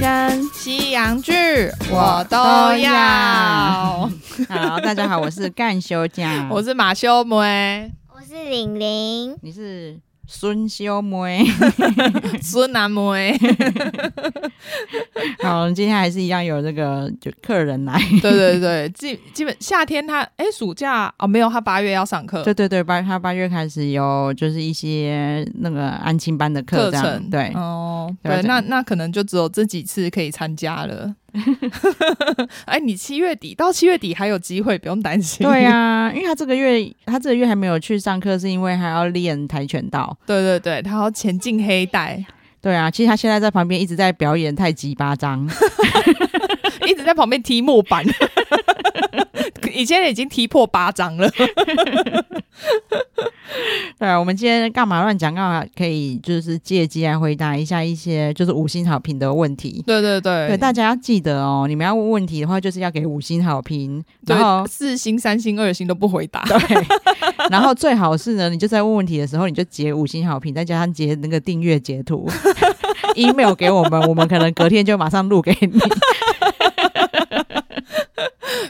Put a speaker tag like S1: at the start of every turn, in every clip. S1: 跟
S2: 西洋剧
S1: 我
S2: 我
S1: 都
S2: 都
S1: 要
S2: 要。
S1: 好，大家好，我是干休酱，
S2: 我是马修 梅，
S3: 我是玲玲，
S1: 你是孙修妹。
S2: 孙 南梅。
S1: 好，今天还是一样有这个就客人 来，
S2: 对对对，基基本夏天他哎、暑假哦没有，他八月要上课。
S1: 对对对，八他八月开始有就是一些那个安亲班的课
S2: 课
S1: 这样
S2: 程
S1: 对，
S2: 哦，
S1: 对
S2: 对，
S1: 这
S2: 那
S1: 样
S2: 那可能就只有这几次可以参 加了。 哎，你七月底到七月底还有机会，不用担心。
S1: 对呀、因为他这个月他这个月还没有去上课，是因为还要练跆拳道。
S2: 对对对，他要前进黑带，
S1: 对啊，其实他现在在旁边一直在表演太极八 掌，
S2: 一直在旁边踢 木板，以前已经踢破八张了。
S1: 对啊，我们今天干嘛乱讲？干嘛可以就是借机来回答一下一些就是五星好评的问题。
S2: 对对对
S1: 对，大家要记得哦，你们要问问题的话，就是要给五星好评，然后
S2: 对四星、三星、二星都不回答。
S1: 对，然后最好是呢，你就在问问题的时候，你就截五星好评，再加上截那个订阅截 图，email 给我们，我们可能隔天就马上录给你。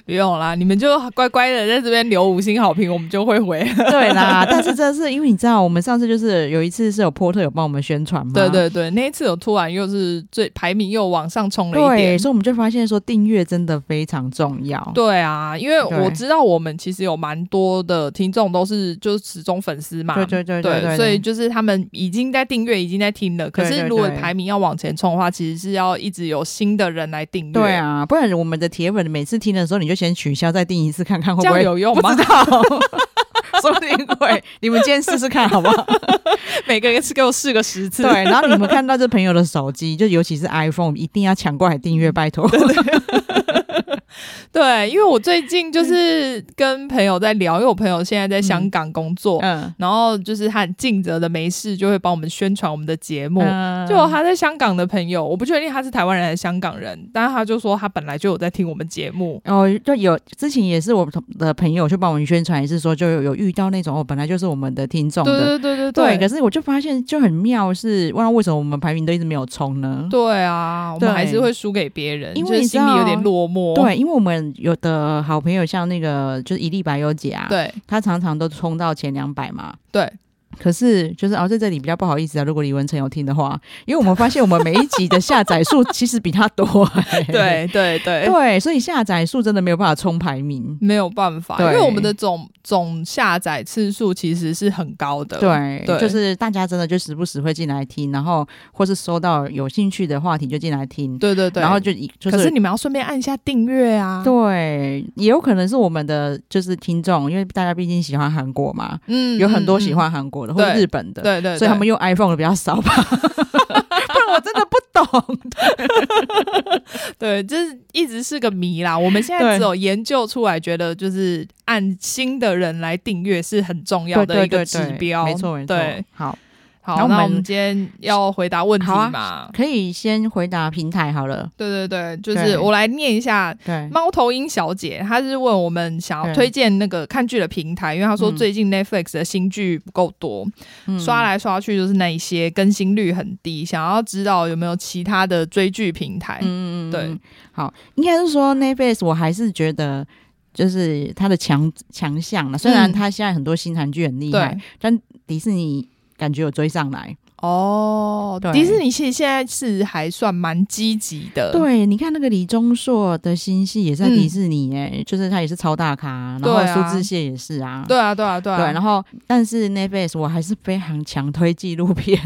S2: 不用啦，你们就乖乖的在这边留五星好评，我们就会 回。
S1: 对啦，但是这是因为你知道，我们上次就是有一次是有波特有帮我们宣传嘛，
S2: 对对对，那一次有突然又是最排名又往上冲了一
S1: 对，
S2: 点。
S1: 所以我们就发现说订阅真的非常重要。
S2: 对啊，因为
S1: 对
S2: 我知道我们其实有蛮多的听众都是就是始终粉丝嘛，
S1: 对对对对对，
S2: 所以就是他们已经在订阅，已经在听了。可
S1: 对
S2: 是
S1: 对
S2: 如果
S1: 对
S2: 排名要往前冲的话，其实是要一直有新的人来订阅。
S1: 对，啊，不然我们的铁粉每次听的时候，你就先取消再订一次看看会
S2: 这
S1: 不
S2: 样
S1: 会
S2: 有用
S1: 不
S2: 吗
S1: 知？道，说不定会。你们今天试试看好不好？
S2: 每个人是给我试个十次。
S1: 对，啊然后你们看到这朋友的手机，就尤其是 iPhone，一定要抢过来订阅，拜托。
S2: 对，因为我最近就是跟朋友在聊，因为我朋友现在在香港工作，
S1: 嗯，
S2: 然后就是他很尽责的，没事就会帮我们宣传我们的节目。
S1: 嗯
S2: 就有他在香港的朋友，我不确定他是台湾人还是香港人，但是他就说他本来就有在听我们节目。
S1: 哦，就有之前也是我同的朋友去帮我们宣传，也是说就有有遇到那种哦，本来就是我们的听众
S2: 对
S1: 的，
S2: 对对对
S1: 对。
S2: 对
S1: 可是我就发现就很妙是，不知道为什么我们排名都一直没有冲呢？
S2: 对啊，我
S1: 对
S2: 们还是会输给别人，
S1: 因为
S2: 就是
S1: 你知
S2: 心
S1: 道
S2: 里有点落寞。
S1: 对，因为我们有的好朋友像那个就是一粒白优姐啊，，
S2: 对
S1: 她常常都冲到前两百嘛，
S2: 对
S1: 可是就是哦，在这里比较不好意思啊，如果李文成有听的话，因为我们发现我们每一集的下载数其实比他 多、欸，
S2: 对对对，
S1: 对，所以下载数真的没有办法冲排名。
S2: 没有办法，因
S1: 对
S2: 为我们的总总下载次数其实是很高的。
S1: 对，
S2: 呃对
S1: 就是大家真的就时不时会进来听，然后或是收到有兴趣的话题就进来听，
S2: 对对对，
S1: 然后就一就
S2: 可
S1: 是
S2: 是你们要顺便按一下订阅啊。
S1: 对，也有可能是我们的就是听众，因为大家毕竟喜欢韩国嘛，
S2: 嗯
S1: 有很多喜、
S2: 嗯
S1: 欢韩国的、或者
S2: 对
S1: 日本的，
S2: 嗯对对对，
S1: 所以他们用 iPhone 的比较少吧， 不然我真的不懂。
S2: 对，就是一直是个谜啦。我们现在
S1: 对
S2: 只有研究出来，觉得就是按新的人来订阅是很重要的一个指标。
S1: 没错没错
S2: 对，。
S1: 好，然后
S2: 好，
S1: 我们
S2: 那我们今天要回答问题
S1: 好啊
S2: 嘛？
S1: 可以先回答平台好了。
S2: 对对对，就
S1: 对
S2: 是我来念一下。
S1: 对，
S2: 猫头鹰小姐，她是问我们想要
S1: 对
S2: 推荐那个看剧的平台，因为她说
S1: 嗯
S2: 最近 Netflix 的新剧不够多，刷来刷去就是那一些更新率很低，想要知道有没有其他的追剧平台。
S1: 嗯，嗯嗯嗯，
S2: 对
S1: 好，应该是说 Netflix，我还是觉得。就是它的强强项了，虽然
S2: 嗯
S1: 它现在很多新韩剧很厉害，
S2: 对，
S1: 但迪士尼感觉有追上来。
S2: 哦
S1: 对，
S2: 迪士尼其实现在是还算蛮积极的，
S1: 对，你看那个李钟硕的新戏也是在
S2: 嗯
S1: 迪士尼、哎、就是他也是超大咖，然后
S2: 对啊
S1: 苏志燮也是啊，
S2: 对啊，对啊，对啊，
S1: 对然后但是 Netflix 我还是非常强推纪录片，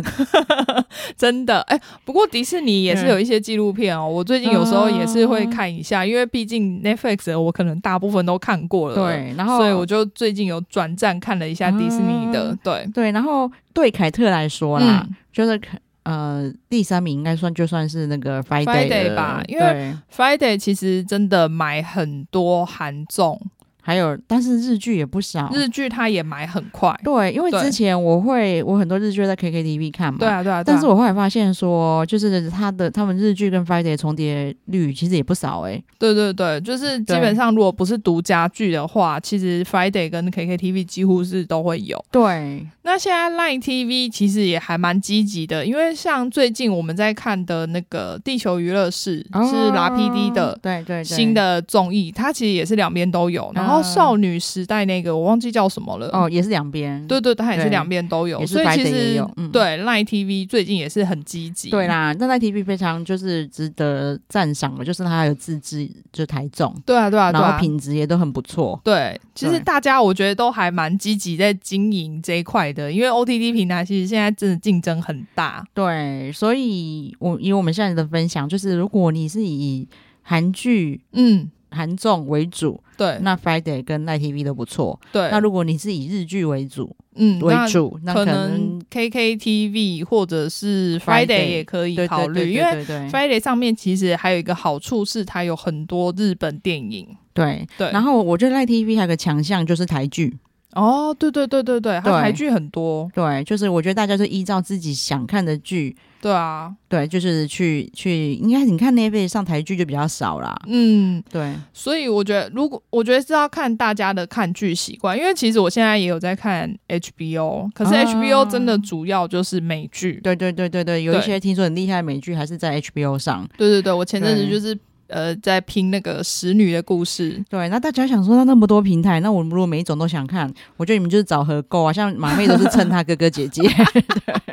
S2: 真的，哎、不过迪士尼也是有一些纪录片哦，我最近有时候也是会看一下，因为毕竟 Netflix 的我可能大部分都看过了，，
S1: 对，然后
S2: 所以我就最近有转战看了一下迪士尼的，
S1: 嗯
S2: 对，
S1: 对，然后对凯特来说啦，
S2: 嗯
S1: 就是可呃第三名应该算就算是那个 Friday,
S2: Friday
S1: 了
S2: 吧因为
S1: 对
S2: ，Friday 其实真的买很多韩综。
S1: 还有但是日剧也不少。
S2: 日剧它也买很快。
S1: 对，因为
S2: 对
S1: 之前我会我很多日剧在 KKTV 看嘛，
S2: 对啊，对啊，对啊
S1: 但是我后来发现说，就是他的他们日剧跟 Friday 重叠率其实也不少哎、
S2: 对对对，就是基
S1: 对
S2: 本上如果不是独家剧的话，其实 Friday 跟 KKTV 几乎是都会有。
S1: 对，
S2: 那现在 Line TV 其实也还蛮积极的，因为像最近我们在看的那个《地球娱乐室》是拉 PD 的
S1: 哦对对对
S2: 新的综艺，它其实也是两边都有。然后
S1: 嗯
S2: 少女时代那个我忘记叫什么了，
S1: 哦，也是两边。
S2: 对对，它也是
S1: 对
S2: 两边都有，
S1: 也是
S2: 所以其
S1: Friday 也
S2: 实
S1: 有嗯
S2: 对 Line TV 最近也是很积极。
S1: 对啦，那在 TV 非常就是值得赞赏的，就是它有自制，就台中，
S2: 对啊，对啊，对
S1: 然
S2: 啊
S1: 后。品质也都很不错。
S2: 对，其实
S1: 对
S2: 大家我觉得都还蛮积极在经营这一块的，因为 OTT 平台其实现在真的竞争很大。
S1: 对，所以我以我们现在的分享，就是如果你是以韩剧、
S2: 嗯，
S1: 韩综为主，
S2: 对
S1: 那 Friday 跟 Night TV 都不错。
S2: 对。
S1: 那如果你是以日剧为主
S2: 嗯
S1: 为
S2: 那
S1: 主，那
S2: 可能
S1: 能
S2: KKTV 或者是
S1: Friday，
S2: Friday 也可以
S1: 对
S2: 考
S1: 对对
S2: 虑，因为
S1: 对对对
S2: Friday 上面其实还有一个好处是它有很多日本电影。
S1: 对。
S2: 对，
S1: 然后我觉得 Light TV 还有个强项就是台剧，
S2: 哦，对对对对对，它
S1: 对
S2: 台剧很多，
S1: 对，就是我觉得大家就依照自己想看的剧，
S2: 对啊，
S1: 对，就是去去，应该你看 Netflix 上台剧就比较少啦，
S2: 嗯，
S1: 对，
S2: 所以我觉得，如果我觉得是要看大家的看剧习惯，因为其实我现在也有在看 HBO，可是
S1: 啊
S2: HBO 真的主要就是美剧。
S1: 对对对对对，有
S2: 对
S1: 一些听说很厉害的美剧还是在 HBO 上，
S2: 对对对，我前阵子
S1: 对
S2: 就是呃在拼那个《使女的故事》，
S1: 对，那大家想说那那么多平台，那我们如果每一种都想看，我觉得你们就是找合购啊，像马妹都是蹭她哥哥姐 姐，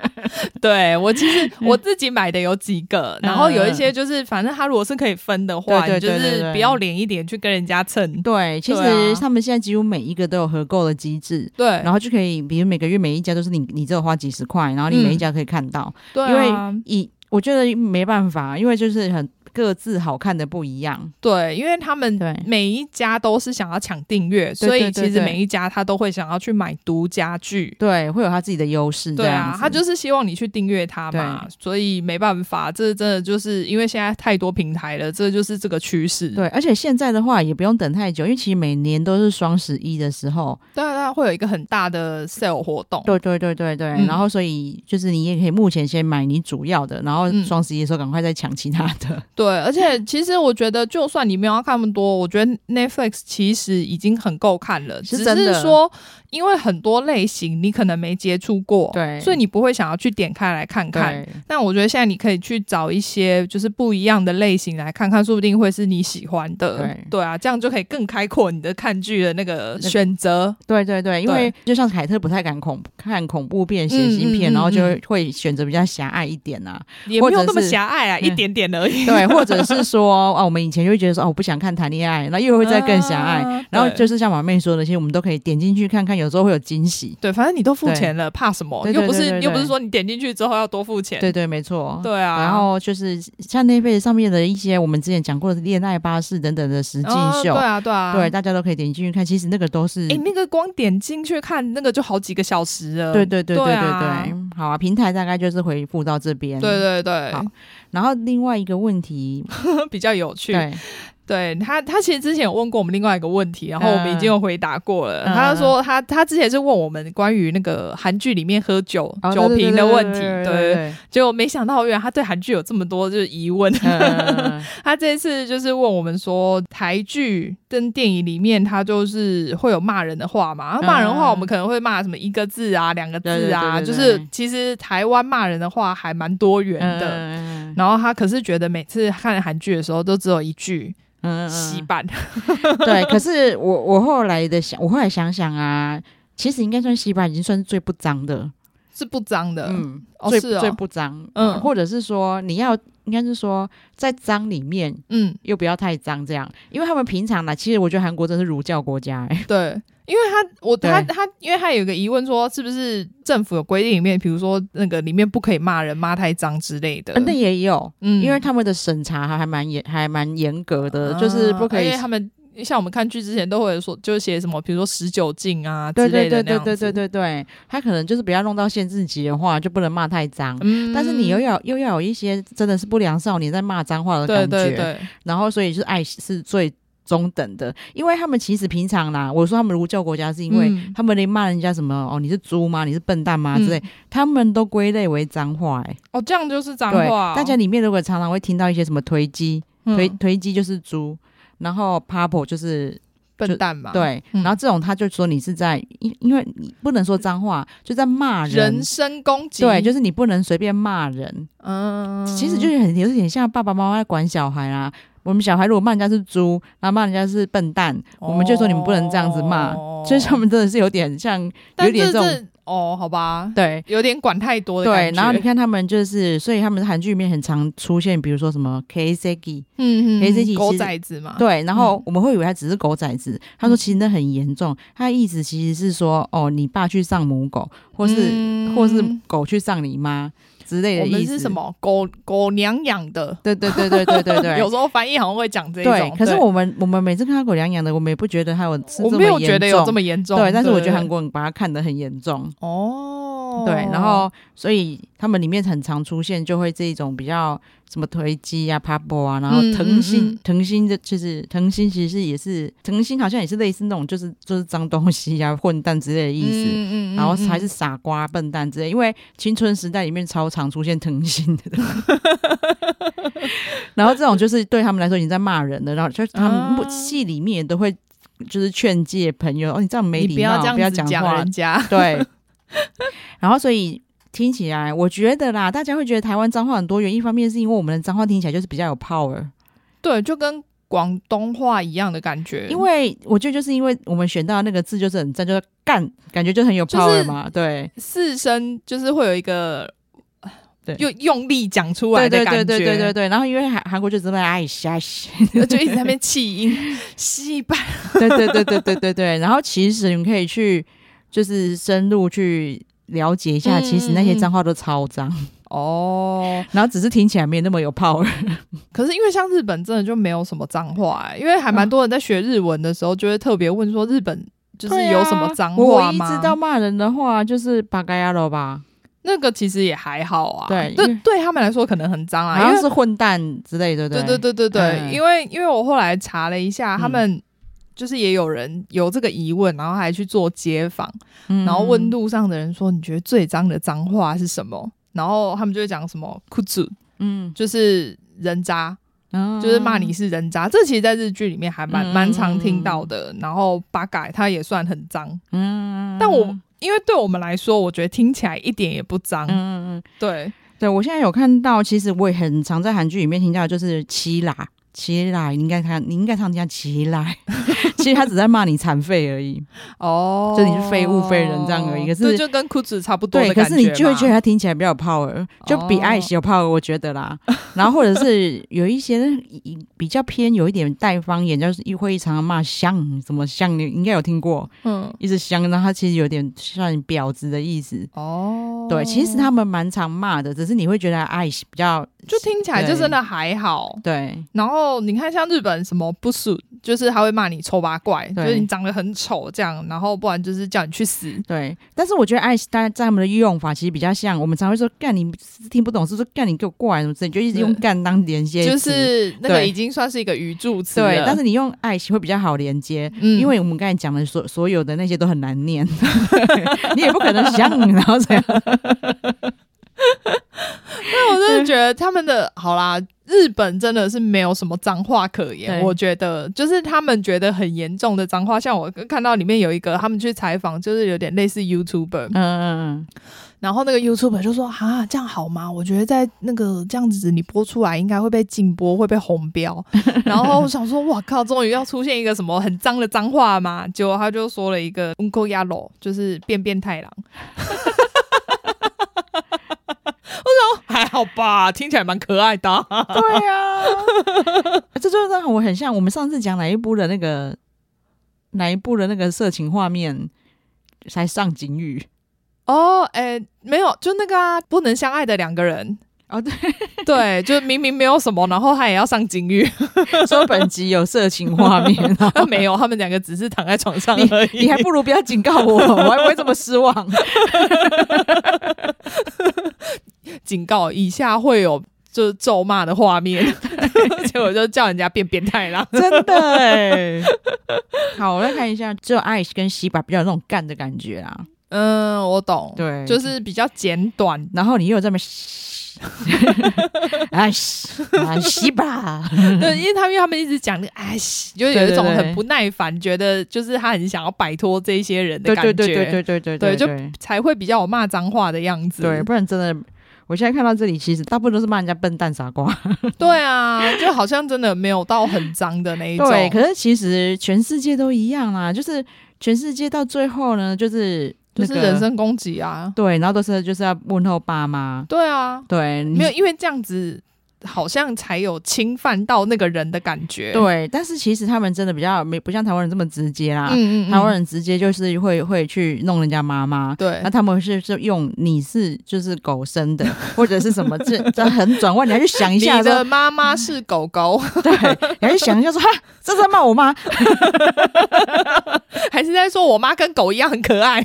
S2: 对我其 实我自己买的有几个，然后有一些就是反正它如果是可以分的话，
S1: 对对
S2: 你就
S1: 对对
S2: 是
S1: 对
S2: 不要脸一点去跟人家蹭。
S1: 对，其
S2: 对
S1: 实
S2: 啊
S1: 他们现在几乎每一个都有合购的机制。
S2: 对，
S1: 然后就可以，比如每个月每一家都是你，你只有花几十块，然后你
S2: 嗯
S1: 每一家可以看到，
S2: 对
S1: 因
S2: 啊、
S1: 为以我觉得没办法，因为就是很各自好看的不一样。
S2: 对，因为他们
S1: 对
S2: 每一家都是想要抢订阅，
S1: 对
S2: 所以
S1: 对对
S2: 其实
S1: 对
S2: 每一家他都会想要去买独家剧。
S1: 对，会有他自己的优势。
S2: 对啊，他
S1: 他
S2: 就是希望你去订阅他嘛，所以没办法，这真的就是因为现在太多平台了，这就是这个趋势。
S1: 对，而且现在的话也不用等太久，因为其实每年都是双十一的时候。
S2: 对啊，它会有一个很大的 sale 活动。
S1: 对对对对对，
S2: 嗯
S1: 然后所以就是你也可以目前先买你主要的，然后
S2: 嗯
S1: 双十一的时候赶快再抢其他的。
S2: 对，而且其实我觉得，就算你没有要看那么多，我觉得 Netflix 其实已经很够看了，
S1: 是
S2: 只
S1: 真的
S2: 是说因为很多类型你可能没接触过，
S1: 对
S2: 所以你不会想要去点开来看看。
S1: 对
S2: 但我觉得现在你可以去找一些就是不一样的类型来看看，说不定会是你喜欢的。
S1: 对
S2: 啊，这样就可以更开阔你的看剧的那个选择。
S1: 对对对，因为就像凯特不太敢恐看恐怖片、血腥片，
S2: 嗯嗯
S1: 然后就
S2: 嗯
S1: 会选择比较狭隘一点啊。
S2: 也没有那
S1: 或
S2: 么
S1: 者是嗯
S2: 狭隘啊，一点点而已。
S1: 对，或者是说啊，我们以前就会觉得说，哦，我不想看谈恋爱，那又会再更狭隘。
S2: 啊
S1: 然后
S2: 对
S1: 就是像马妹说的，其实我们都可以点进去看看，有时候会有惊喜。
S2: 对，反正你都付钱了，怕什么？
S1: 对对
S2: 又不
S1: 对
S2: 是
S1: 对
S2: 又不是
S1: 对
S2: 说你点进去之后要多付钱。
S1: 对对，没错。
S2: 对啊，
S1: 然后就是像那辈上面的一些我们之前讲过的恋爱巴士等等的实境
S2: 哦
S1: 秀，
S2: 对啊，对啊，
S1: 对，。大家都可以点进去看。其实那个都是，
S2: 哎，那个光点进去看，那个就好几个小时了。
S1: 对对对对对对，
S2: 对啊
S1: 好啊，平台大概就是回复到这边。
S2: 对对对
S1: 好然后另外一个问题，
S2: 比较有趣。
S1: 对
S2: 对他，他其实之前有问过我们另外一个问题，然后我们已经有回答过了。
S1: 嗯
S2: 他说他他之前是问我们关于那个韩剧里面喝酒、
S1: 哦
S2: 酒
S1: 对对
S2: 瓶
S1: 对
S2: 的
S1: 对
S2: 问题，
S1: 对
S2: 对
S1: 对对
S2: 结果没想到原来他对韩剧有这么多就是疑问。
S1: 对嗯
S2: 他这次就是问我们说，台剧跟电影里面他就是会有骂人的话嘛？啊
S1: 嗯
S2: 骂人的话，我们可能会骂什么一个字啊、两个字啊，
S1: 对对对对
S2: 就是
S1: 对
S2: 其实台湾骂人的话还蛮多元的。
S1: 嗯嗯
S2: 然后他可是觉得每次看韩剧的时候都只有一句
S1: 嗯
S2: 洗版，
S1: 对，可是我我后来的想，我后来想想啊，其实应该算洗版已经算是最不脏的，
S2: 是不脏的。
S1: 嗯，
S2: 哦
S1: 最
S2: 是哦
S1: 最不脏，
S2: 嗯
S1: 嗯，或者是说你要应该是说在脏里面
S2: 嗯，
S1: 又不要太脏，这样，因为他们平常呢，其实我觉得韩国真是儒教国家、欸，
S2: 对，因为他我
S1: 对
S2: 他他，因为他有一个疑问说，是不是政府有规定里面，比如说那个里面不可以骂人、骂太脏之类的？
S1: 啊那也有，
S2: 嗯
S1: 因为他们的审查还还蛮严，还蛮严格的，就是不可
S2: 啊因
S1: 以
S2: 为。他们像我们看剧之前都会说，就写什么，比如说十九禁啊之
S1: 对
S2: 类
S1: 对
S2: 的
S1: 对
S2: 那
S1: 对
S2: 样子。
S1: 对对对对，他可能就是不要弄到限制级的话，就不能骂太脏。
S2: 嗯
S1: 但是你又要又要有一些真的是不良少年在骂脏话的
S2: 对
S1: 感觉，
S2: 对对
S1: 然后所以是爱是最中等的，因为他们其实平常啦，我说他们如教国家是因为
S2: 嗯
S1: 他们连骂人家什么哦你是猪吗？你是笨蛋吗
S2: 嗯
S1: 之类，他们都归类为脏话、欸。
S2: 哦，这样就是脏
S1: 对，
S2: 话哦，
S1: 大家里面如果常常会听到一些什么推机，
S2: 嗯
S1: 推推机就是猪。然后 purple 就是啊
S2: 笨蛋嘛，
S1: 对，
S2: 嗯
S1: 然后这种他就说你是在，因因为你不能说脏话，就在骂人
S2: 人身攻击，
S1: 对，就是你不能随便骂人，
S2: 嗯，
S1: 其实就是很有点像爸爸妈妈在管小孩啦。我们小孩如果骂人家是猪，然后骂人家是笨蛋，我们就说你们不能这样子骂
S2: 哦
S1: 所以他们真的是有点像，有
S2: 但
S1: 点
S2: 这
S1: 这种
S2: 是哦，好吧，
S1: 对
S2: 有点管太多的
S1: 对。
S2: 感觉，
S1: 然后你看他们就是，所以他们韩剧里面很常出现，比如说什么 K C G，
S2: 嗯，嗯
S1: 可以自
S2: 嗯，
S1: 己
S2: 狗
S1: 其实
S2: 崽子嘛，
S1: 对，然后我们会以为他只是狗崽子，他说
S2: 嗯
S1: 其实那很严重，他的意思其实是说，哦，你爸去上母狗，或是、
S2: 嗯
S1: 或是狗去上你妈之类
S2: 我
S1: 的意
S2: 们
S1: 思。
S2: 是什？么狗狗娘养的，
S1: 对对对对对对对。
S2: 有时候翻译好像会讲这一
S1: 对
S2: 种，，
S1: 可是
S2: 对
S1: 我们我们每次看到狗娘养的，我们也不觉得它有是
S2: 我
S1: 这么
S2: 没有
S1: 严
S2: 觉得有这
S1: 重
S2: 么严重，
S1: 对，但是我觉得韩
S2: 国
S1: 国人把它看得很严重。
S2: 哦，
S1: 对，然后所以他们里面很常出现，就会这种比较什么推机啊、p a p o 啊，然后
S2: 嗯
S1: 藤心、
S2: 嗯嗯
S1: 藤心的，就是藤心其实也是藤心，好像也是类似那种就是就是脏东西啊、混蛋之类的意思。
S2: 嗯
S1: 然后还
S2: 还
S1: 是傻瓜、笨蛋之类，因为青春时代里面超常出现藤心的， 然后这种就是对他们来说已经在骂人了，然后就是他们不
S2: 啊
S1: 戏里面也都会就是劝诫朋友，哦，你这样没
S2: 你
S1: 礼
S2: 不要
S1: 貌，
S2: 这
S1: 不要
S2: 样子
S1: 讲
S2: 讲
S1: 话
S2: 人家，
S1: 对，然后所以听起来，我觉得啦，大家会觉得台湾脏话很多元，一方面是因为我们的脏话听起来就是比较有 power，
S2: 对，就跟广东话一样的感觉，
S1: 因为我觉得就是因为我们选到那个字就是很赞，就是干，感觉就很有
S2: 就是
S1: power 嘛，对。
S2: 四声就是会有一个。
S1: 对
S2: 用用力讲出来
S1: 对对
S2: 的感
S1: 对
S2: 觉，
S1: 对对对对，然后因为韩韩国就知道哎下下，
S2: 就一直在那边气音， 戏班
S1: 对对对对对对对，然后其实你可以去就是深入去了解一下，
S2: 嗯
S1: 其实那些
S2: 嗯嗯
S1: 脏话都超脏，
S2: 哦。
S1: 然后只是听起来没有那么有 power，
S2: 可是因为像日本真的就没有什么脏话、欸，因为还蛮多人在学日文的时候就会特别问说日本就是
S1: 对啊
S2: 有什么脏
S1: 我唯
S2: 话
S1: 一
S2: 吗？
S1: 知道骂人的话就是巴嘎呀喽吧，
S2: 那个其实也还好啊，
S1: 对因
S2: 对
S1: 为，
S2: 对他们来说可能很脏
S1: 好
S2: 啊，因
S1: 像
S2: 为
S1: 是混蛋之类的，
S2: 对
S1: 对
S2: 对对对对，
S1: 嗯
S2: 因为因为我后来查了一下，
S1: 嗯
S2: 他们就是也有人有这个疑问，然后还去做街访，
S1: 嗯
S2: 然后问路上的人说你觉得最脏的脏话是什么？然后他们就会讲什么“裤子
S1: 嗯”，，
S2: 就是人渣，
S1: 嗯
S2: 就是骂你是人渣，这其实，在日剧里面还蛮
S1: 嗯
S2: 蛮常听到的。然后八嘎，它也算很脏，
S1: 嗯
S2: 但我因为对我们来说，我觉得听起来一点也不脏。
S1: 嗯嗯，
S2: 对，
S1: 对我现在有看到，其实我也很常在韩剧里面听到，就是七啦。七啦，你应该看，你应该常听到七啦。 其实他只在骂你残废而已，
S2: 哦
S1: 就你是废物废人这样而已可是
S2: 对，就跟裤子差不多
S1: 对。
S2: 的
S1: 可
S2: 感觉
S1: 是你就会觉得
S2: 嘛
S1: 他听起来比较有 power，就比
S2: 哦
S1: 爱有 power，我觉得啦。然后或者是有一些比较偏有一点带方言，就是会常常骂像什么像，你应该有听过，
S2: 嗯，
S1: 一直像，然后他其实有点算婊子的意思。
S2: 哦，
S1: 对，其实他们蛮常骂的，只是你会觉得爱比较
S2: 就听起来就真的还好。
S1: 对，
S2: 然后你看，像日本什么不死，就是他会骂你丑八怪，就
S1: 对
S2: 是你长得很丑这样，然后不然就是叫你去死。
S1: 对，但是我觉得爱大家在他们的用法其实比较像，我们常会说干你听不懂，是说干你给我过来什么之类，就一直用
S2: 对
S1: 干当连接词，
S2: 就是那个
S1: 对
S2: 已经算是一个语助词了，
S1: 对，但是你用爱会比较好连接。
S2: 嗯
S1: 因为我们刚才讲的所所有的那些都很难念， 你也不可能想然后 这样。
S2: 我真的觉得他们的好啦，日本真的是没有什么脏话可言。
S1: 对
S2: 我觉得就是他们觉得很严重的脏话，像我看到里面有一个他们去采访，就是有点类似 YouTuber，、
S1: 嗯嗯
S2: 然后那个 YouTuber 就说啊，这样好吗？我觉得在那个这样子你播出来应该会被禁播，会被红 标。然后我想说，哇靠，终于要出现一个什么很脏的脏话嘛？结果他就说了一个 “uncle y a l o 就是变变太郎。我想说还好吧，听起来蛮可爱的啊、
S1: 嗯，对呀、这就让我很像我们上次讲哪一部的那个哪一部的那个色情画面才上警语
S2: 哦，哎、没有，就那个啊，不能相爱的两个人。
S1: 哦，对，
S2: 对，就明明没有什么，然后他也要上警语。
S1: 说本集有色情画 面，然后
S2: 啊 没有，他们两个只是躺在床上而已。
S1: 你还不如不要警告我，我还不会这么失望。
S2: 警告，以下会有就是咒骂的画面， 结果就叫人家变变态啦。
S1: 真的哎。好，我来看一下，只有 Ice 跟西巴比较有那种干的感觉啊啦。
S2: 嗯，我懂，
S1: 对
S2: 就是比较简 短。
S1: 然后你又有这么哎西啊西巴，
S2: 对，因为他因为他们一直讲那个哎，西就是有一种
S1: 对对对
S2: 很不耐烦，觉得就是他很想要摆脱这些人的
S1: 对
S2: 感觉，
S1: 对对对对对对
S2: 对就
S1: 对
S2: 才会比较有骂脏话的样子。
S1: 对，不然真的。我现在看到这里，其实大部分都是骂人家笨蛋、傻瓜。
S2: 对啊，就好像真的没有到很脏的那一种。
S1: 对，可是其实全世界都一样啦，就是全世界到最后呢，就是、
S2: 就
S1: 那
S2: 是
S1: 个、
S2: 人身攻击啊。
S1: 对，然后都是就是要问候爸妈，
S2: 对啊，
S1: 对，你
S2: 没有，因为这样子好像才有侵犯到那个人的感觉。，
S1: 对，但是其实他们真的比较没不像台湾人这么直接啦，
S2: 嗯嗯嗯，
S1: 台湾人直接就是会会去弄人家妈妈。
S2: 对
S1: 那他们是是用你是就是狗生的，或者是什么这这很转弯，你还去想一下
S2: 你
S1: 说
S2: 的妈妈是狗狗，
S1: 对，你还去想一下说哈，这是在骂我妈，
S2: 还是在说我妈跟狗一样很可爱？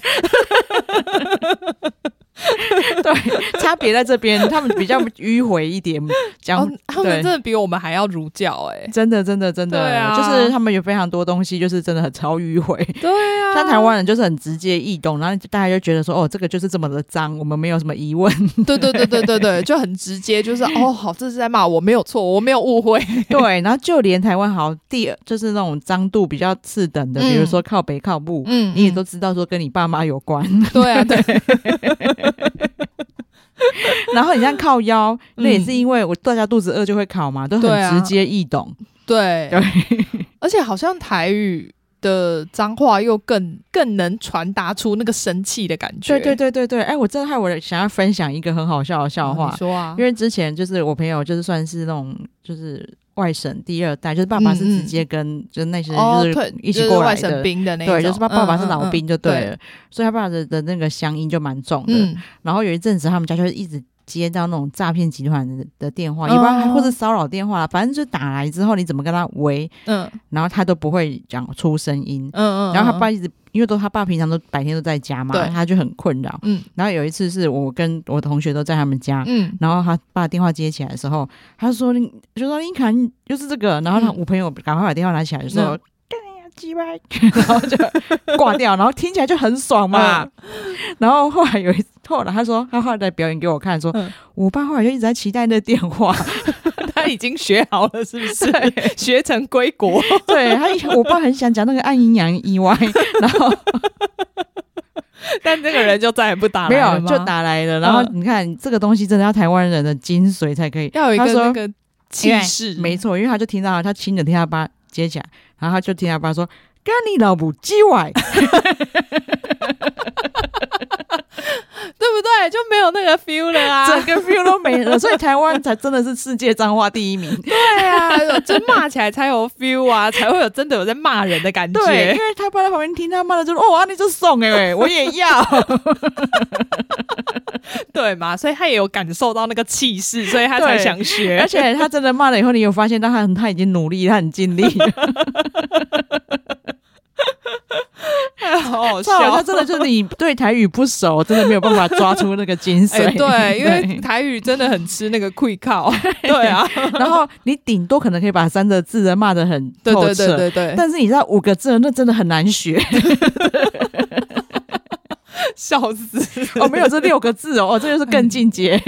S1: 对，差别在这边，他们比较迂回一点讲
S2: 哦，他们
S1: 对
S2: 真的比我们还要儒教哎、
S1: 真的，真的，真的，
S2: 对啊
S1: 就是他们有非常多东西，就是真的很超迂回。
S2: 对 啊
S1: 像台湾人就是很直接易懂，然后大家就觉得说，哦，这个就是这么的脏，我们没有什么疑问。
S2: 对对对对对对， 就很直接，就是哦，好，这是在骂我，没有错，我没有误会。
S1: 对，然后就连台湾好第二就是那种脏度比较次等的，
S2: 嗯
S1: 比如说靠北靠部，
S2: 嗯
S1: 你也都知道说跟你爸妈有关。
S2: 对啊，对，
S1: 然后你像靠腰，那也
S2: 嗯
S1: 是因为我大家肚子饿就会烤嘛，都
S2: 对啊
S1: 很直接易懂。
S2: 对，而且好像台语的脏话又更更能传达出那个生气的感觉。
S1: 对对对对对，哎，我真的害我想要分享一个很好笑的笑
S2: 哦
S1: 话
S2: 你，说啊
S1: 因，为之前就是我朋友，就是算是那种就是外省第二代，就是爸爸是直接跟、就是那些
S2: 嗯哦，
S1: 人就
S2: 退
S1: 是一
S2: 就
S1: 起
S2: 是
S1: 过
S2: 外
S1: 来
S2: 省
S1: 的。
S2: 兵的那一种，
S1: 对，就是他爸爸是老
S2: 嗯
S1: 兵就对了，所以他爸爸的的那个乡音就蛮重的。
S2: 嗯，嗯
S1: 然后有一阵子，他们家就一直接到那种诈骗集团的的电话，
S2: 哦
S1: 一般、或是骚扰电话，反正就打来之后，你怎么跟他喂，
S2: 嗯嗯
S1: 然后他都不会讲出声音。
S2: 嗯，嗯
S1: 然后他爸一直，因为都他爸平常都白天都在家嘛
S2: 对，
S1: 他就很困扰。
S2: 嗯
S1: 然后有一次是我跟我同学都在他们家，
S2: 嗯
S1: 然后他把电话接起来的时候，他说：“你就说你看就是这个。”然后他、
S2: 嗯
S1: 我朋友赶快把电话拿起来就说
S2: 嗯：“
S1: 干你娘鸡巴！” 然后就挂掉，然后听起来就很爽嘛。
S2: 嗯
S1: 然后后来有一后来他说他后来表演给我看说，
S2: 嗯
S1: 我爸后来就一直在期待那电话，
S2: 他已经学好了，是不是？学成归 国。
S1: 对他我爸很想讲那个暗阴阳意外，然后
S2: 但那个人就再也不打
S1: 没
S2: 来
S1: 有
S2: 了吗
S1: 就打来了。然后
S2: 嗯
S1: 你看这个东西真的要台湾人的精髓才可以，
S2: 要有一个
S1: 他说
S2: 那个气势，
S1: 没错，因为他就听到他亲的听他爸接起来，然后他就听他爸说：“干你老母鸡歪
S2: 对不对？就没有那个 feel 了！”
S1: 整
S2: 啊。
S1: 个 feel 都没了。所以台湾才真的是世界脏话第一 名。
S2: 对啊，真骂起来才有 feel 啊，才会有真的有在骂人的感
S1: 对，因
S2: 觉。
S1: 为他爸在旁边听他妈的就说：“哦，啊、你就送哎、我也要。
S2: 对嘛，所以他也有感受到那个气势，所以他才
S1: 对
S2: 想”学
S1: 而。且他真的骂了以后，你有发现到他很他已经努力，他很尽 力，
S2: 哎好好
S1: 操，
S2: 笑
S1: 他。真的就是你对台语不熟，真的没有办法抓出 那个精
S2: 哎、
S1: 髓。
S2: 对，因为台语真的很吃那个 quick call，对 啊，
S1: 然后你顶多可能可以把三个字的骂的很
S2: 对啊
S1: 透彻，
S2: 对对对 对，
S1: 但是你知道五个字那真的很难学。
S2: 笑 死！
S1: 哦，没有这六个字哦，哦，这就是更进阶。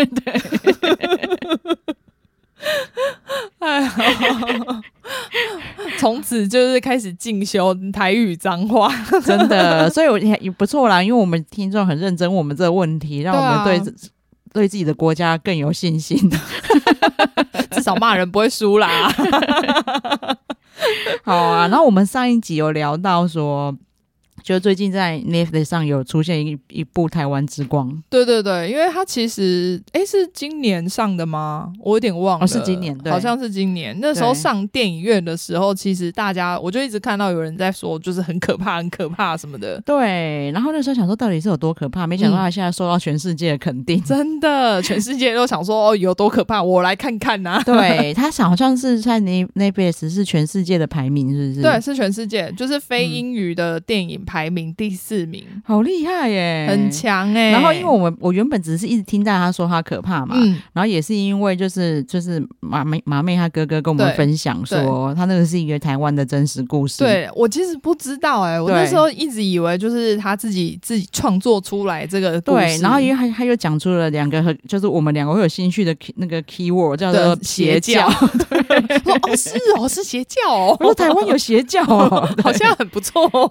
S2: 哎呀， 从此就是开始进修台语脏话。
S1: 真的，所以我也也不错啦，因为我们听众很认真问我们这个问题，让我们
S2: 对啊
S1: 对自、对自己的国家更有信心。
S2: 至少骂人不会输啦。
S1: 好啊，然后我们上一集有聊到说。就最近在 Netflix 上有出现一一部《台湾之光》，
S2: 对对对，因为他其实诶是今年上的吗？我有点忘了，
S1: 哦是今年对
S2: 好像是今年。那时候
S1: 对
S2: 上电影院的时候，其实大家我就一直看到有人在说，就是很可怕、很可怕什么的。
S1: 对。然后那时候想说到底是有多可怕，没想到
S2: 嗯
S1: 他现在受到全世界的肯定。
S2: 真的，全世界都想说哦，有多可怕，我来看看啊 呐、
S1: 对，他好像是在 Net- Netflix 是全世界的排名，是不是？
S2: 对，是全世界，就是非
S1: 嗯
S2: 英语的电影排名第四名，
S1: 好厉害耶，
S2: 很。强哎、
S1: 然后因为我们我原本只是一直听到他说他可怕嘛，
S2: 嗯，
S1: 然后也是因为就是就是马妹马妹她哥哥跟我们
S2: 对
S1: 分享说，他那个是一个台湾的真实故事，，
S2: 对我其实不知道哎、我那
S1: 对
S2: 时候一直以为就是他自己自己创作出来这个故
S1: 对，
S2: 事
S1: 然后因为他他又讲出了两个很，就是我们两个会有兴趣的 key- 那个 keyword 叫做
S2: 的
S1: 邪教。
S2: 说哦是哦是邪教哦，
S1: 我说台湾有邪教、 哦，
S2: 好像很不错、哦，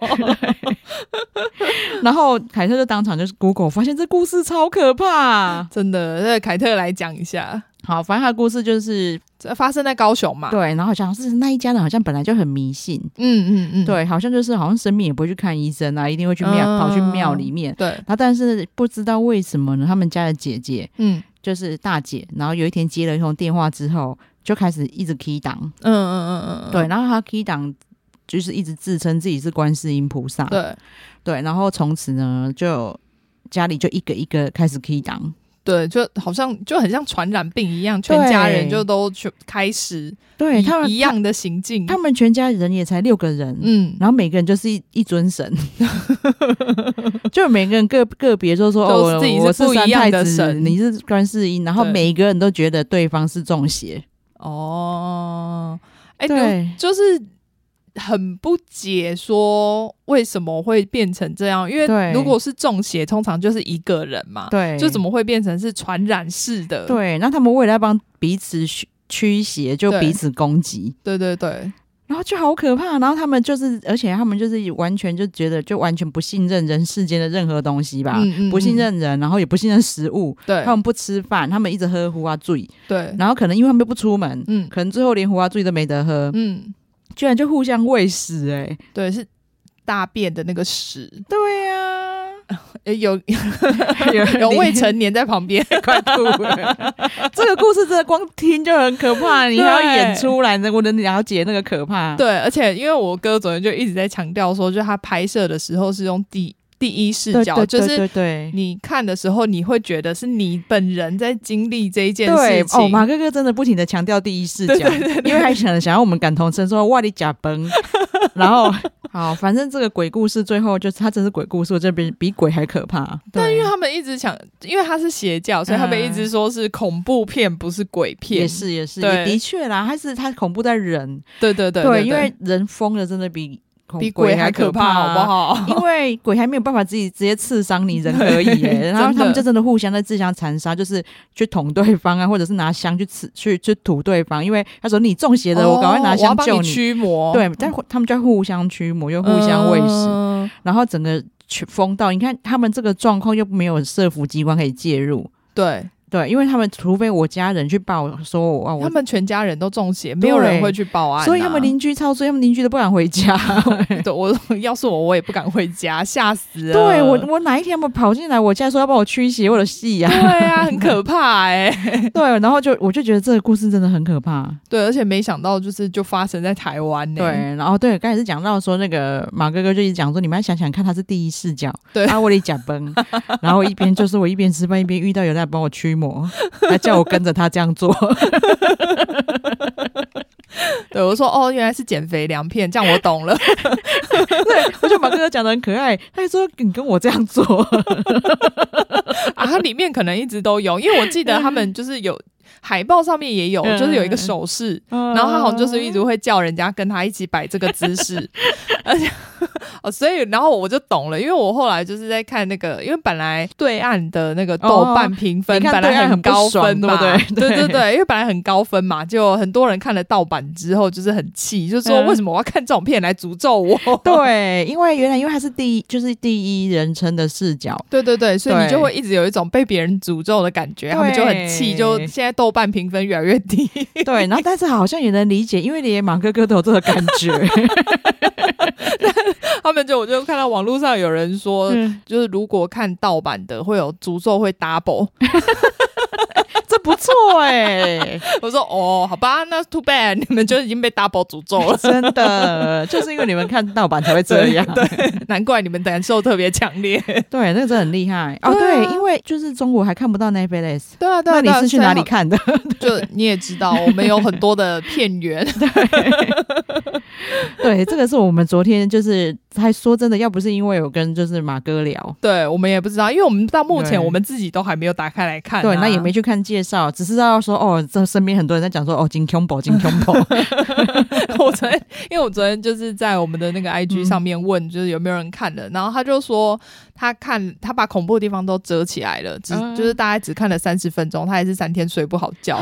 S1: 然后凯特就当场就是 Google 发现这故事超可怕。
S2: 真的。那凯特来讲一下，
S1: 好，反正他的故事就是
S2: 这发生在高雄嘛？，
S1: 对，然后好像是那一家人好像本来就很迷信，
S2: 嗯嗯嗯，
S1: 对，好像就是好像生病也不会去看医生啊，一定会去庙、
S2: 嗯
S1: 跑去庙里面。
S2: 对，
S1: 然后但是不知道为什么呢，他们家的姐姐
S2: 嗯
S1: 就是大姐，然后有一天接了一通电话之后，就开始一直 key 档，
S2: 嗯嗯嗯嗯，
S1: 对，然后她 key 档就是一直自称自己是观世音菩萨，
S2: 对
S1: 对，然后从此呢就家里就一个一个开始 key 档，
S2: 对，就好像就很像传染病一样，全家人就都全开始
S1: 对
S2: 一
S1: 他们
S2: 一，样的行径。
S1: 他们全家人也才六个人，
S2: 嗯，
S1: 然后每个人就是一一尊 神，就每个人个个别就说
S2: 都
S1: 哦，
S2: 自己是
S1: 我是
S2: 不一
S1: 三
S2: 样
S1: 太
S2: 的
S1: 子
S2: 神
S1: 你是观世音，然后
S2: 对
S1: 每一个人都觉得对方是中邪，
S2: 哦，哎，你
S1: 对。
S2: 就是很不解，说为什么会变成这样？因
S1: 对
S2: 为如果是中邪，通常就是一个人嘛，
S1: 对，
S2: 就怎么会变成是传染式的？
S1: 对，那他们为了要帮彼此驱驱邪，就
S2: 对
S1: 彼此攻击，
S2: 对对对
S1: 然后就好可怕。然后他们就是，而且他们就是完全就觉得，就完全不信任人世间的任何东西吧，
S2: 嗯嗯
S1: 不信
S2: 嗯
S1: 任人，然后也不信任食物。
S2: 对
S1: 他们不吃饭，他们一直喝胡啊醉，
S2: 对，
S1: 然后可能因为他们又不出门，
S2: 嗯
S1: 可能最后连胡啊醉都没得喝，
S2: 嗯，
S1: 居然就互相喂食、欸，哎，
S2: 对，是大便的那个屎，
S1: 对呀、
S2: 诶有
S1: 有
S2: 有未成年在 旁边，
S1: 快 吐了！这个故事真的光听就很可怕，你还要演出来，我能了解那个可怕。
S2: 对，而且因为我哥昨天就一直在强调说，就他拍摄的时候是用第第一视
S1: 对，
S2: 角，
S1: 对
S2: 就
S1: 对
S2: 是
S1: 对对
S2: 你看的时候，你会觉得是你本人在经历这一件
S1: 对
S2: 事情。
S1: 哦，马哥哥真的不停的强调第一视角，因为还想想要我们感同身受，哇你假 崩，然后好，反正这个鬼故事最后就是它真是鬼故事，这边比鬼还可怕。
S2: 但
S1: 对
S2: 因为他们一直想，因为他是邪教，所以他们一直说是恐怖片，不是鬼片。
S1: 也，是也是，
S2: 对
S1: 也的确啦，它是它恐怖在人，
S2: 对对对
S1: 因为人疯了真的比恐
S2: 比鬼还
S1: 还
S2: 可怕，
S1: 怕，
S2: 好不？
S1: 因
S2: 好？
S1: 为鬼还没有办法自己直接刺伤你，人可以耶、
S2: 对
S1: 然后
S2: 真的
S1: 他们就 真的互相在自相残杀，就是去捅对方啊，或者是拿香去刺去去吐对方。因为他说你中邪的，我赶快拿
S2: 哦我要
S1: 香
S2: 帮
S1: 救
S2: 你驱魔，
S1: 对，但他们就互相驱魔，又互相喂食，
S2: 嗯
S1: 然后整个全封到。你看他们这个状况又没有社服机关可以介入，
S2: 对
S1: 对，因为他们除非我家人去报说我啊
S2: 他
S1: 我。
S2: 们全家人都中邪，没有人会去报案啊、
S1: 所以他们邻居超衰，他们邻居都不敢回家。
S2: 对我 要是我，我也不敢回家，吓死了。
S1: 对我，我哪一天他们跑进来我家说要帮我驱邪，我的戏呀、
S2: 对啊，很可怕哎、
S1: 对，然后就我就觉得这个故事真的很可怕。
S2: 对，而且没想到就是就发生在台湾欸呢、
S1: 对，然后对，刚才是讲到说那个马哥哥就一直讲说，你们要想想看，他是第一视角， 啊
S2: 对
S1: 阿我里假崩，然后我一边就是我一边吃饭，一边遇到有人来帮我驱魔，他叫我跟着他这样做，
S2: 对，我说哦，原来是减肥良片，这样我懂了。
S1: 对，我觉得马哥哥讲的很可爱，他还说你跟我这样做，
S2: 啊，它里面可能一直都有，因为我记得他们就是有海报上面也有，
S1: 嗯哦
S2: 就是有一个手势，
S1: 然
S2: 然后他好像就是
S1: 嗯
S2: 一直会叫人家跟他一起摆这个姿势，而且哦，所以然后我就懂了，因为我后来就是在看那个，因为本来对岸的那个豆瓣评分
S1: 哦你看
S2: 本
S1: 对岸
S2: 来
S1: 很不
S2: 高
S1: 爽
S2: 分嘛，
S1: 对不对
S2: 对
S1: 对
S2: 对对，因为本来很高分嘛，就很多人看了盗版之后就是很气，就说
S1: 嗯
S2: 为什么我要看这种片来诅咒我？
S1: 对，因为原来因为他是第一，就是第一人称的视角，
S2: 对对对，所以
S1: 对
S2: 你就会一直有一种被别人诅咒的感觉，他们就很气，
S1: 对
S2: 就现在豆瓣评分越来越低。
S1: 对，然后但是好像也能理解，因为连马哥哥都有这个感觉，
S2: 他们就我就看到网络上有人说，就是如果看盗版的会有诅咒会 double，
S1: 这不错哎、，
S2: 我说哦，好吧，那 too bad，你们就已经被 double 诅咒 了
S1: 真的，就是因为你们看盗版才会这样。对，
S2: 难怪你们感受特别强 烈。
S1: 那个真的很厉害哦。
S2: 对啊
S1: 对，因为就是中国还看不到 Netflix，
S2: 对啊，对
S1: 那
S2: 啊，
S1: 你是去哪里？ 看的？
S2: 就你也知道，我们有很多的片源，
S1: 对，这个是我们昨天就是还说真的，要不是因为有跟就是马哥聊，
S2: 对我们也不知道，因为我们到目前
S1: 对
S2: 我们自己都还没有打开来看、
S1: 哎
S2: 啊
S1: 对，那也没。去看介绍，只是知道说哦，这身边很多人在讲说哦，金 combo 金 combo，
S2: 我昨天，因为我昨天就是在我们的那个 IG
S1: 嗯
S2: 上面问，就是有没有人看了，然后他就说他看他把恐怖的地方都遮起来了，只、
S1: 嗯
S2: 就是大概只看了三十分钟，他还是三天睡不好觉。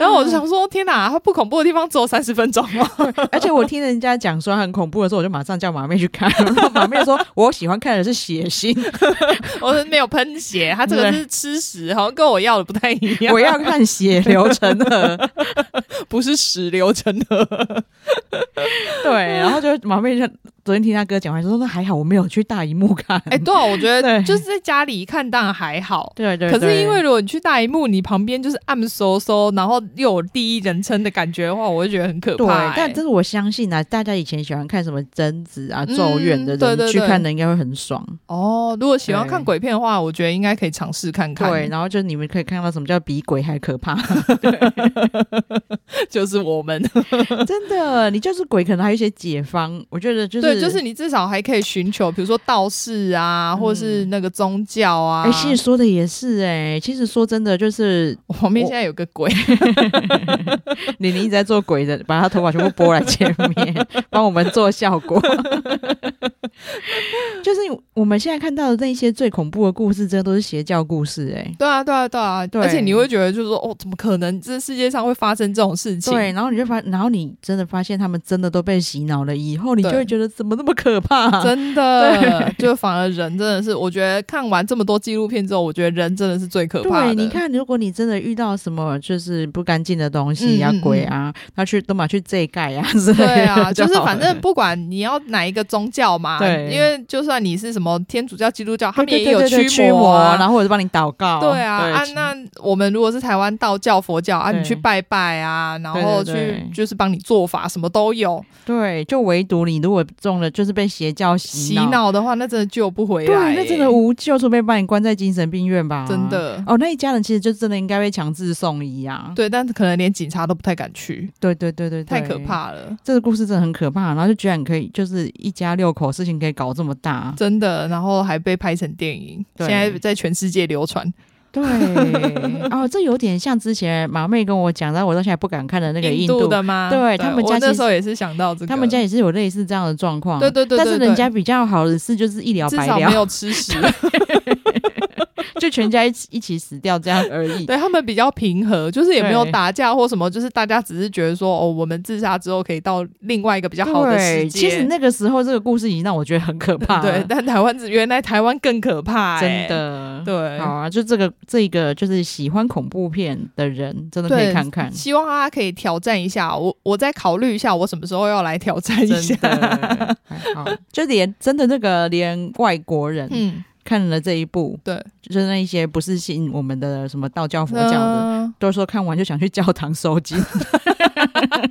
S2: 然后我就想说，天哪，他不恐怖的地方只有三十分钟哦吗？
S1: 而且我听人家讲说很恐怖的时候，我就马上叫马妹去看，然后马妹说 我喜欢看的是血 腥，
S2: 我是没有喷血，他这个是吃屎，好像跟我要的不太一样。
S1: 我要看血流成河。
S2: 不是屎流成河，
S1: 对，然后就马妹就昨天听他哥讲完，说那还好我没有去大荧幕看。
S2: 哎、 对、啊，我觉得
S1: 对
S2: 就是在家里看当然还好。
S1: 对对
S2: 可是因为如果你去大荧幕，你旁边就是暗飕飕，然后又有第一人称的感觉的话，我就觉得很可
S1: 对，
S2: 怕、哎
S1: 但真的我相信啊，大家以前喜欢看什么贞子啊、咒怨的
S2: 嗯对
S1: 人、
S2: 对
S1: 去
S2: 对
S1: 看的应该会很爽。
S2: 哦，如果喜欢看
S1: 对
S2: 鬼片的话，我觉得应该可以尝试看看。
S1: 对，，然后就你们可以看到什么叫比鬼还可 怕，
S2: 就是我们，
S1: 真的，你就是鬼可能还有一些解方，我觉得就是
S2: 对，就是你至少还可以寻求，比如说道士啊，或是那个宗教啊。
S1: 哎、其实说的也是哎、其实说真的，就是
S2: 我旁边现在有个鬼，
S1: 李宁一直在做鬼的，把他头发全部拨来前面，帮我们做效果。 就是我们现在看到的那些最恐怖的故事，真的都是邪教故事哎、
S2: 对啊，对啊，对啊，
S1: 对
S2: 而且你会觉得就是说，哦，怎么可能这世界上会发生这种事情？
S1: 对，然后你就发，然后你真的发现他们真的都被洗脑了，以后你就
S2: 对
S1: 会觉得怎么那么可怕、
S2: 真的，就反而人真的是，我觉得看完这么多纪录片之后，我觉得人真的是最可怕的。
S1: 对，你看，如果你真的遇到什么就是不干净的东西呀、
S2: 嗯嗯
S1: 鬼啊，那去都嘛去这一盖呀之类的，
S2: 对 啊，就是
S1: 好
S2: 反
S1: 了
S2: 正不管你要哪一个宗教嘛，
S1: 对
S2: 因为就算你是什么天主教、基督教，他们
S1: 对
S2: 也
S1: 对
S2: 有
S1: 对对
S2: 驱
S1: 魔
S2: 魔
S1: 啊，
S2: 啊。
S1: 然后或者帮你祷告，
S2: 对啊，啊，
S1: 其
S2: 那我们如果是台湾道教、佛教啊，
S1: 对
S2: 你去拜拜啊，然后
S1: 对
S2: 去
S1: 对对嗯
S2: 就是帮你做法，什么都有。
S1: 对，就唯独你如果中了，就是被邪教洗
S2: 洗脑的话，那真的救不回
S1: 对
S2: 来、，欸
S1: 那真的无救，除非把你关在精神病院吧。
S2: 真。的。
S1: 哦，那一家人其实就真的应该被强制送医啊！
S2: 对，但可能连警察都不太敢去，
S1: 对对对对对，
S2: 太可！怕了，
S1: 这个故事真的很可怕，然后就居然可以，就是一家六口事情可以搞这么大，
S2: 真的。然后还被拍成电影，
S1: 对
S2: 现在在全世界流传。
S1: 对， 哦，这有点像之前马妹跟我讲，但我到现在不敢看的那个印
S2: 度的吗？
S1: 对他们家
S2: 我
S1: 其
S2: 那
S1: 实
S2: 时候也是想到这个，
S1: 他们家也是有类似这样的状况。
S2: 对对对对
S1: 但是人家比较好的是，就是一了
S2: 至
S1: 百
S2: 少没
S1: 了，
S2: 有 吃屎，
S1: 就全家一起一起死掉这样而已。
S2: 对他们比较平和，就是也没有
S1: 对
S2: 打架或什么，就是大家只是觉得说哦，我们自杀之后可以到另外一个比较好的世
S1: 对，
S2: 界。
S1: 其实那个时候这个故事已经让我觉得很可怕
S2: 对
S1: 了，，
S2: 但台湾原来台湾更可怕、欸，
S1: 真。的。
S2: 对
S1: 好，啊，就这个这一个就是喜欢恐怖片的人，真的可以
S2: 对
S1: 看看。
S2: 希望大家可以挑战一下，我我再考虑一下，我什么时候要来挑战一
S1: 真
S2: 下。
S1: 的还好，就连真的那个连外国人
S2: 嗯，
S1: 看了这一部，
S2: 对，
S1: 就是那一些不是信我们的什么道教、佛教的，
S2: 嗯
S1: 都说看完就想去教堂收 金。哎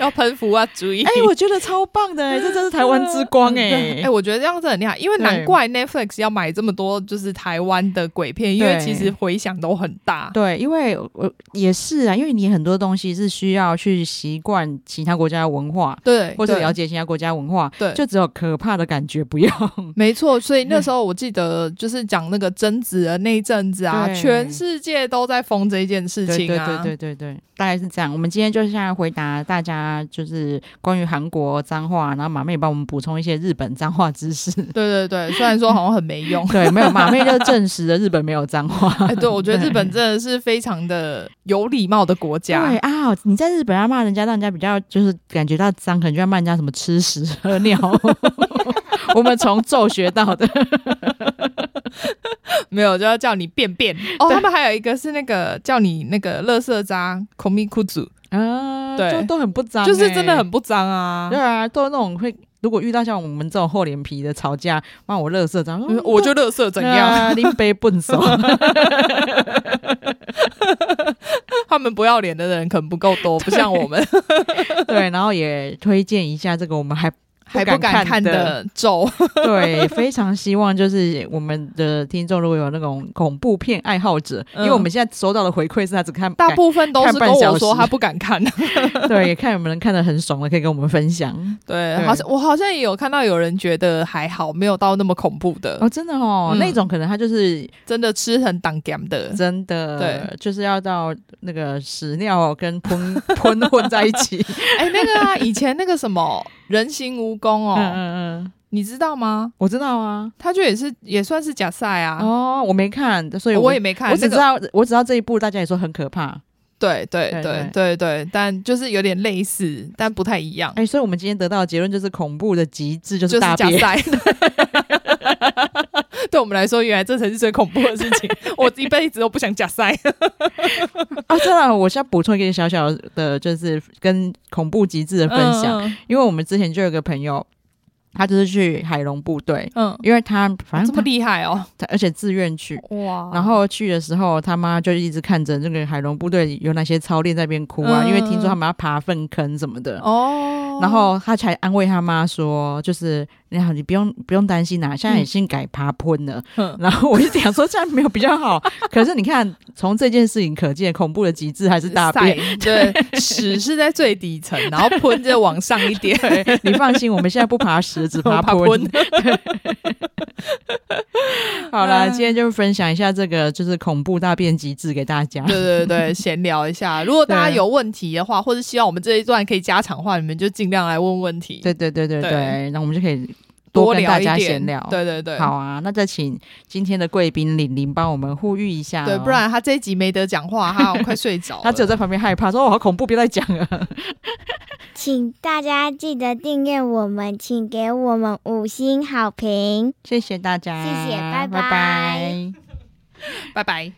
S2: 要喷服啊，注意。
S1: 哎、我觉得超棒的、欸这真是 台湾之光哎、
S2: 对哎，我觉得这样子很厉害，因为难
S1: 对
S2: 怪 Netflix 要买这么多就是台湾的鬼片，因为
S1: 对
S2: 其实回响都很大。
S1: 对，因为我也是啊，因为你很多东西是需要去习惯其他国家的文化，
S2: 对，
S1: 或者
S2: 对
S1: 了解其他国家文化，呃
S2: 对
S1: 就只有可怕的感觉不用。
S2: 没错，所以那时候我记得就是讲那个贞子的那一阵子啊，
S1: 对
S2: 全世界都在疯这一件事
S1: 对
S2: 情
S1: 对
S2: 啊。
S1: 对对对对，大概是这样。我们今天就是现在回答大家，就是关于韩国脏话，然后马妹帮我们补充一些日本脏话知识。。
S2: 对对对虽然说好像很没用
S1: 对，没有马妹就证实了日本没有脏话。
S2: 哎，对，我觉得日本真的是非常的有礼貌的国
S1: 对
S2: 家。
S1: 啊，你在日本要骂人家，让人家比较就是感觉到脏，可能就要骂人家什么吃屎喝 尿。我们从咒学到的，
S2: 没有就要叫你便便哦。他们还有一个是那个叫你那个垃圾渣 komikuzu，
S1: 啊，
S2: 对
S1: 就都很不脏欸、
S2: 就是真的很不脏啊
S1: 对。啊，都那种会，如果遇到像我们这种厚脸皮的吵架，骂我乐色脏，
S2: 嗯我就垃圾怎样？
S1: 啊、拎杯笨 手，
S2: 他们不要脸的人可能不够多，不像我们。
S1: 对，然后也推荐一下这个我们还
S2: 还 不敢看的 咒，
S1: 对，非常希望就是我们的听众如果有那种恐怖片爱好者，因为我们现在收到的回馈是他只看
S2: 嗯大部分都是
S1: 看
S2: 跟
S1: 半小
S2: 我说
S1: 时
S2: 他不敢看。
S1: 对，看有没有人看的很爽的，可以跟我们分享。
S2: 对，
S1: 对
S2: 好像我好像也有看到有人觉得还好，没有到那么恐怖的，
S1: 哦，真的哦，
S2: 嗯
S1: 那种可能他就是
S2: 真的吃很挡 gam 的。
S1: 真的，
S2: 对，
S1: 就是要到那个屎尿跟喷 喷混在一起。
S2: 哎、那个 啊，以前那个什么人形蜈蚣哦，
S1: 嗯嗯嗯，
S2: 你知道吗？
S1: 我知道啊。
S2: 他就也是也算是假赛啊。
S1: 哦，我没看，所以
S2: 我
S1: 我
S2: 也没看，
S1: 我只
S2: 那
S1: 知
S2: 个
S1: 道，我只知道这一部大家也说很可怕。
S2: 对对
S1: 对
S2: 对对对，但就是有点类似，但不太一样，
S1: 哎、所以我们今天得到的结论就是恐怖的极致就
S2: 就是
S1: 大
S2: 是假
S1: 便。
S2: 赛。 对我们来说，原来这才是最恐怖的事 情。我一辈子都不想假赛。
S1: 啊，真的啊，我想补充一个小小的，就是跟恐怖极致的分享，
S2: 嗯，
S1: 因为我们之前就有个朋友，他就是去海龙部队，
S2: 嗯，
S1: 因为他反
S2: 嗯这
S1: 正
S2: 么
S1: 他
S2: 厉哦害哦，
S1: 他而且自愿去。
S2: 哇
S1: 然后去的时候，他妈就一直看着那个海龙部队有哪些操练在那边哭啊，
S2: 嗯
S1: 因为听说他们要爬粪坑什么的。
S2: 哦，
S1: 然后他才安慰他妈说，就是你好，你不用不用担心啦、现在已经改爬坡了。
S2: 嗯
S1: 然后我就想说，这样没有比较 好。可是你看，从这件事情可见，恐怖的极致还是大便。
S2: 赛对，屎是在最底层，然后喷着往上一 点。
S1: 你放心，我们现在不爬石，只爬
S2: 爬
S1: 坡。
S2: 坡
S1: 好
S2: 嗯
S1: 了，今天就分享一下这个就是恐怖大便极致给大家。
S2: 对对对，闲聊一下。如果大家
S1: 对
S2: 有问题的话，或者希望我们这一段可以加长的话，你们就尽量来问问题，
S1: 对对对对
S2: 对
S1: 对，那我们就可以
S2: 多
S1: 跟
S2: 聊
S1: 大
S2: 一
S1: 家
S2: 点
S1: 闲聊。
S2: 对对对，
S1: 好。啊，那再请今天的贵宾玲玲帮我们呼吁一下、
S2: 对，不。然他这一集没得讲话，他好像快睡着了。
S1: 他只有在旁边害怕，说：“哦，好恐怖，别再讲了。
S3: 请大家记得订阅我们，请给我们五星好评。”
S1: 谢谢大家，
S3: 谢谢拜拜
S1: 拜拜
S2: 拜拜。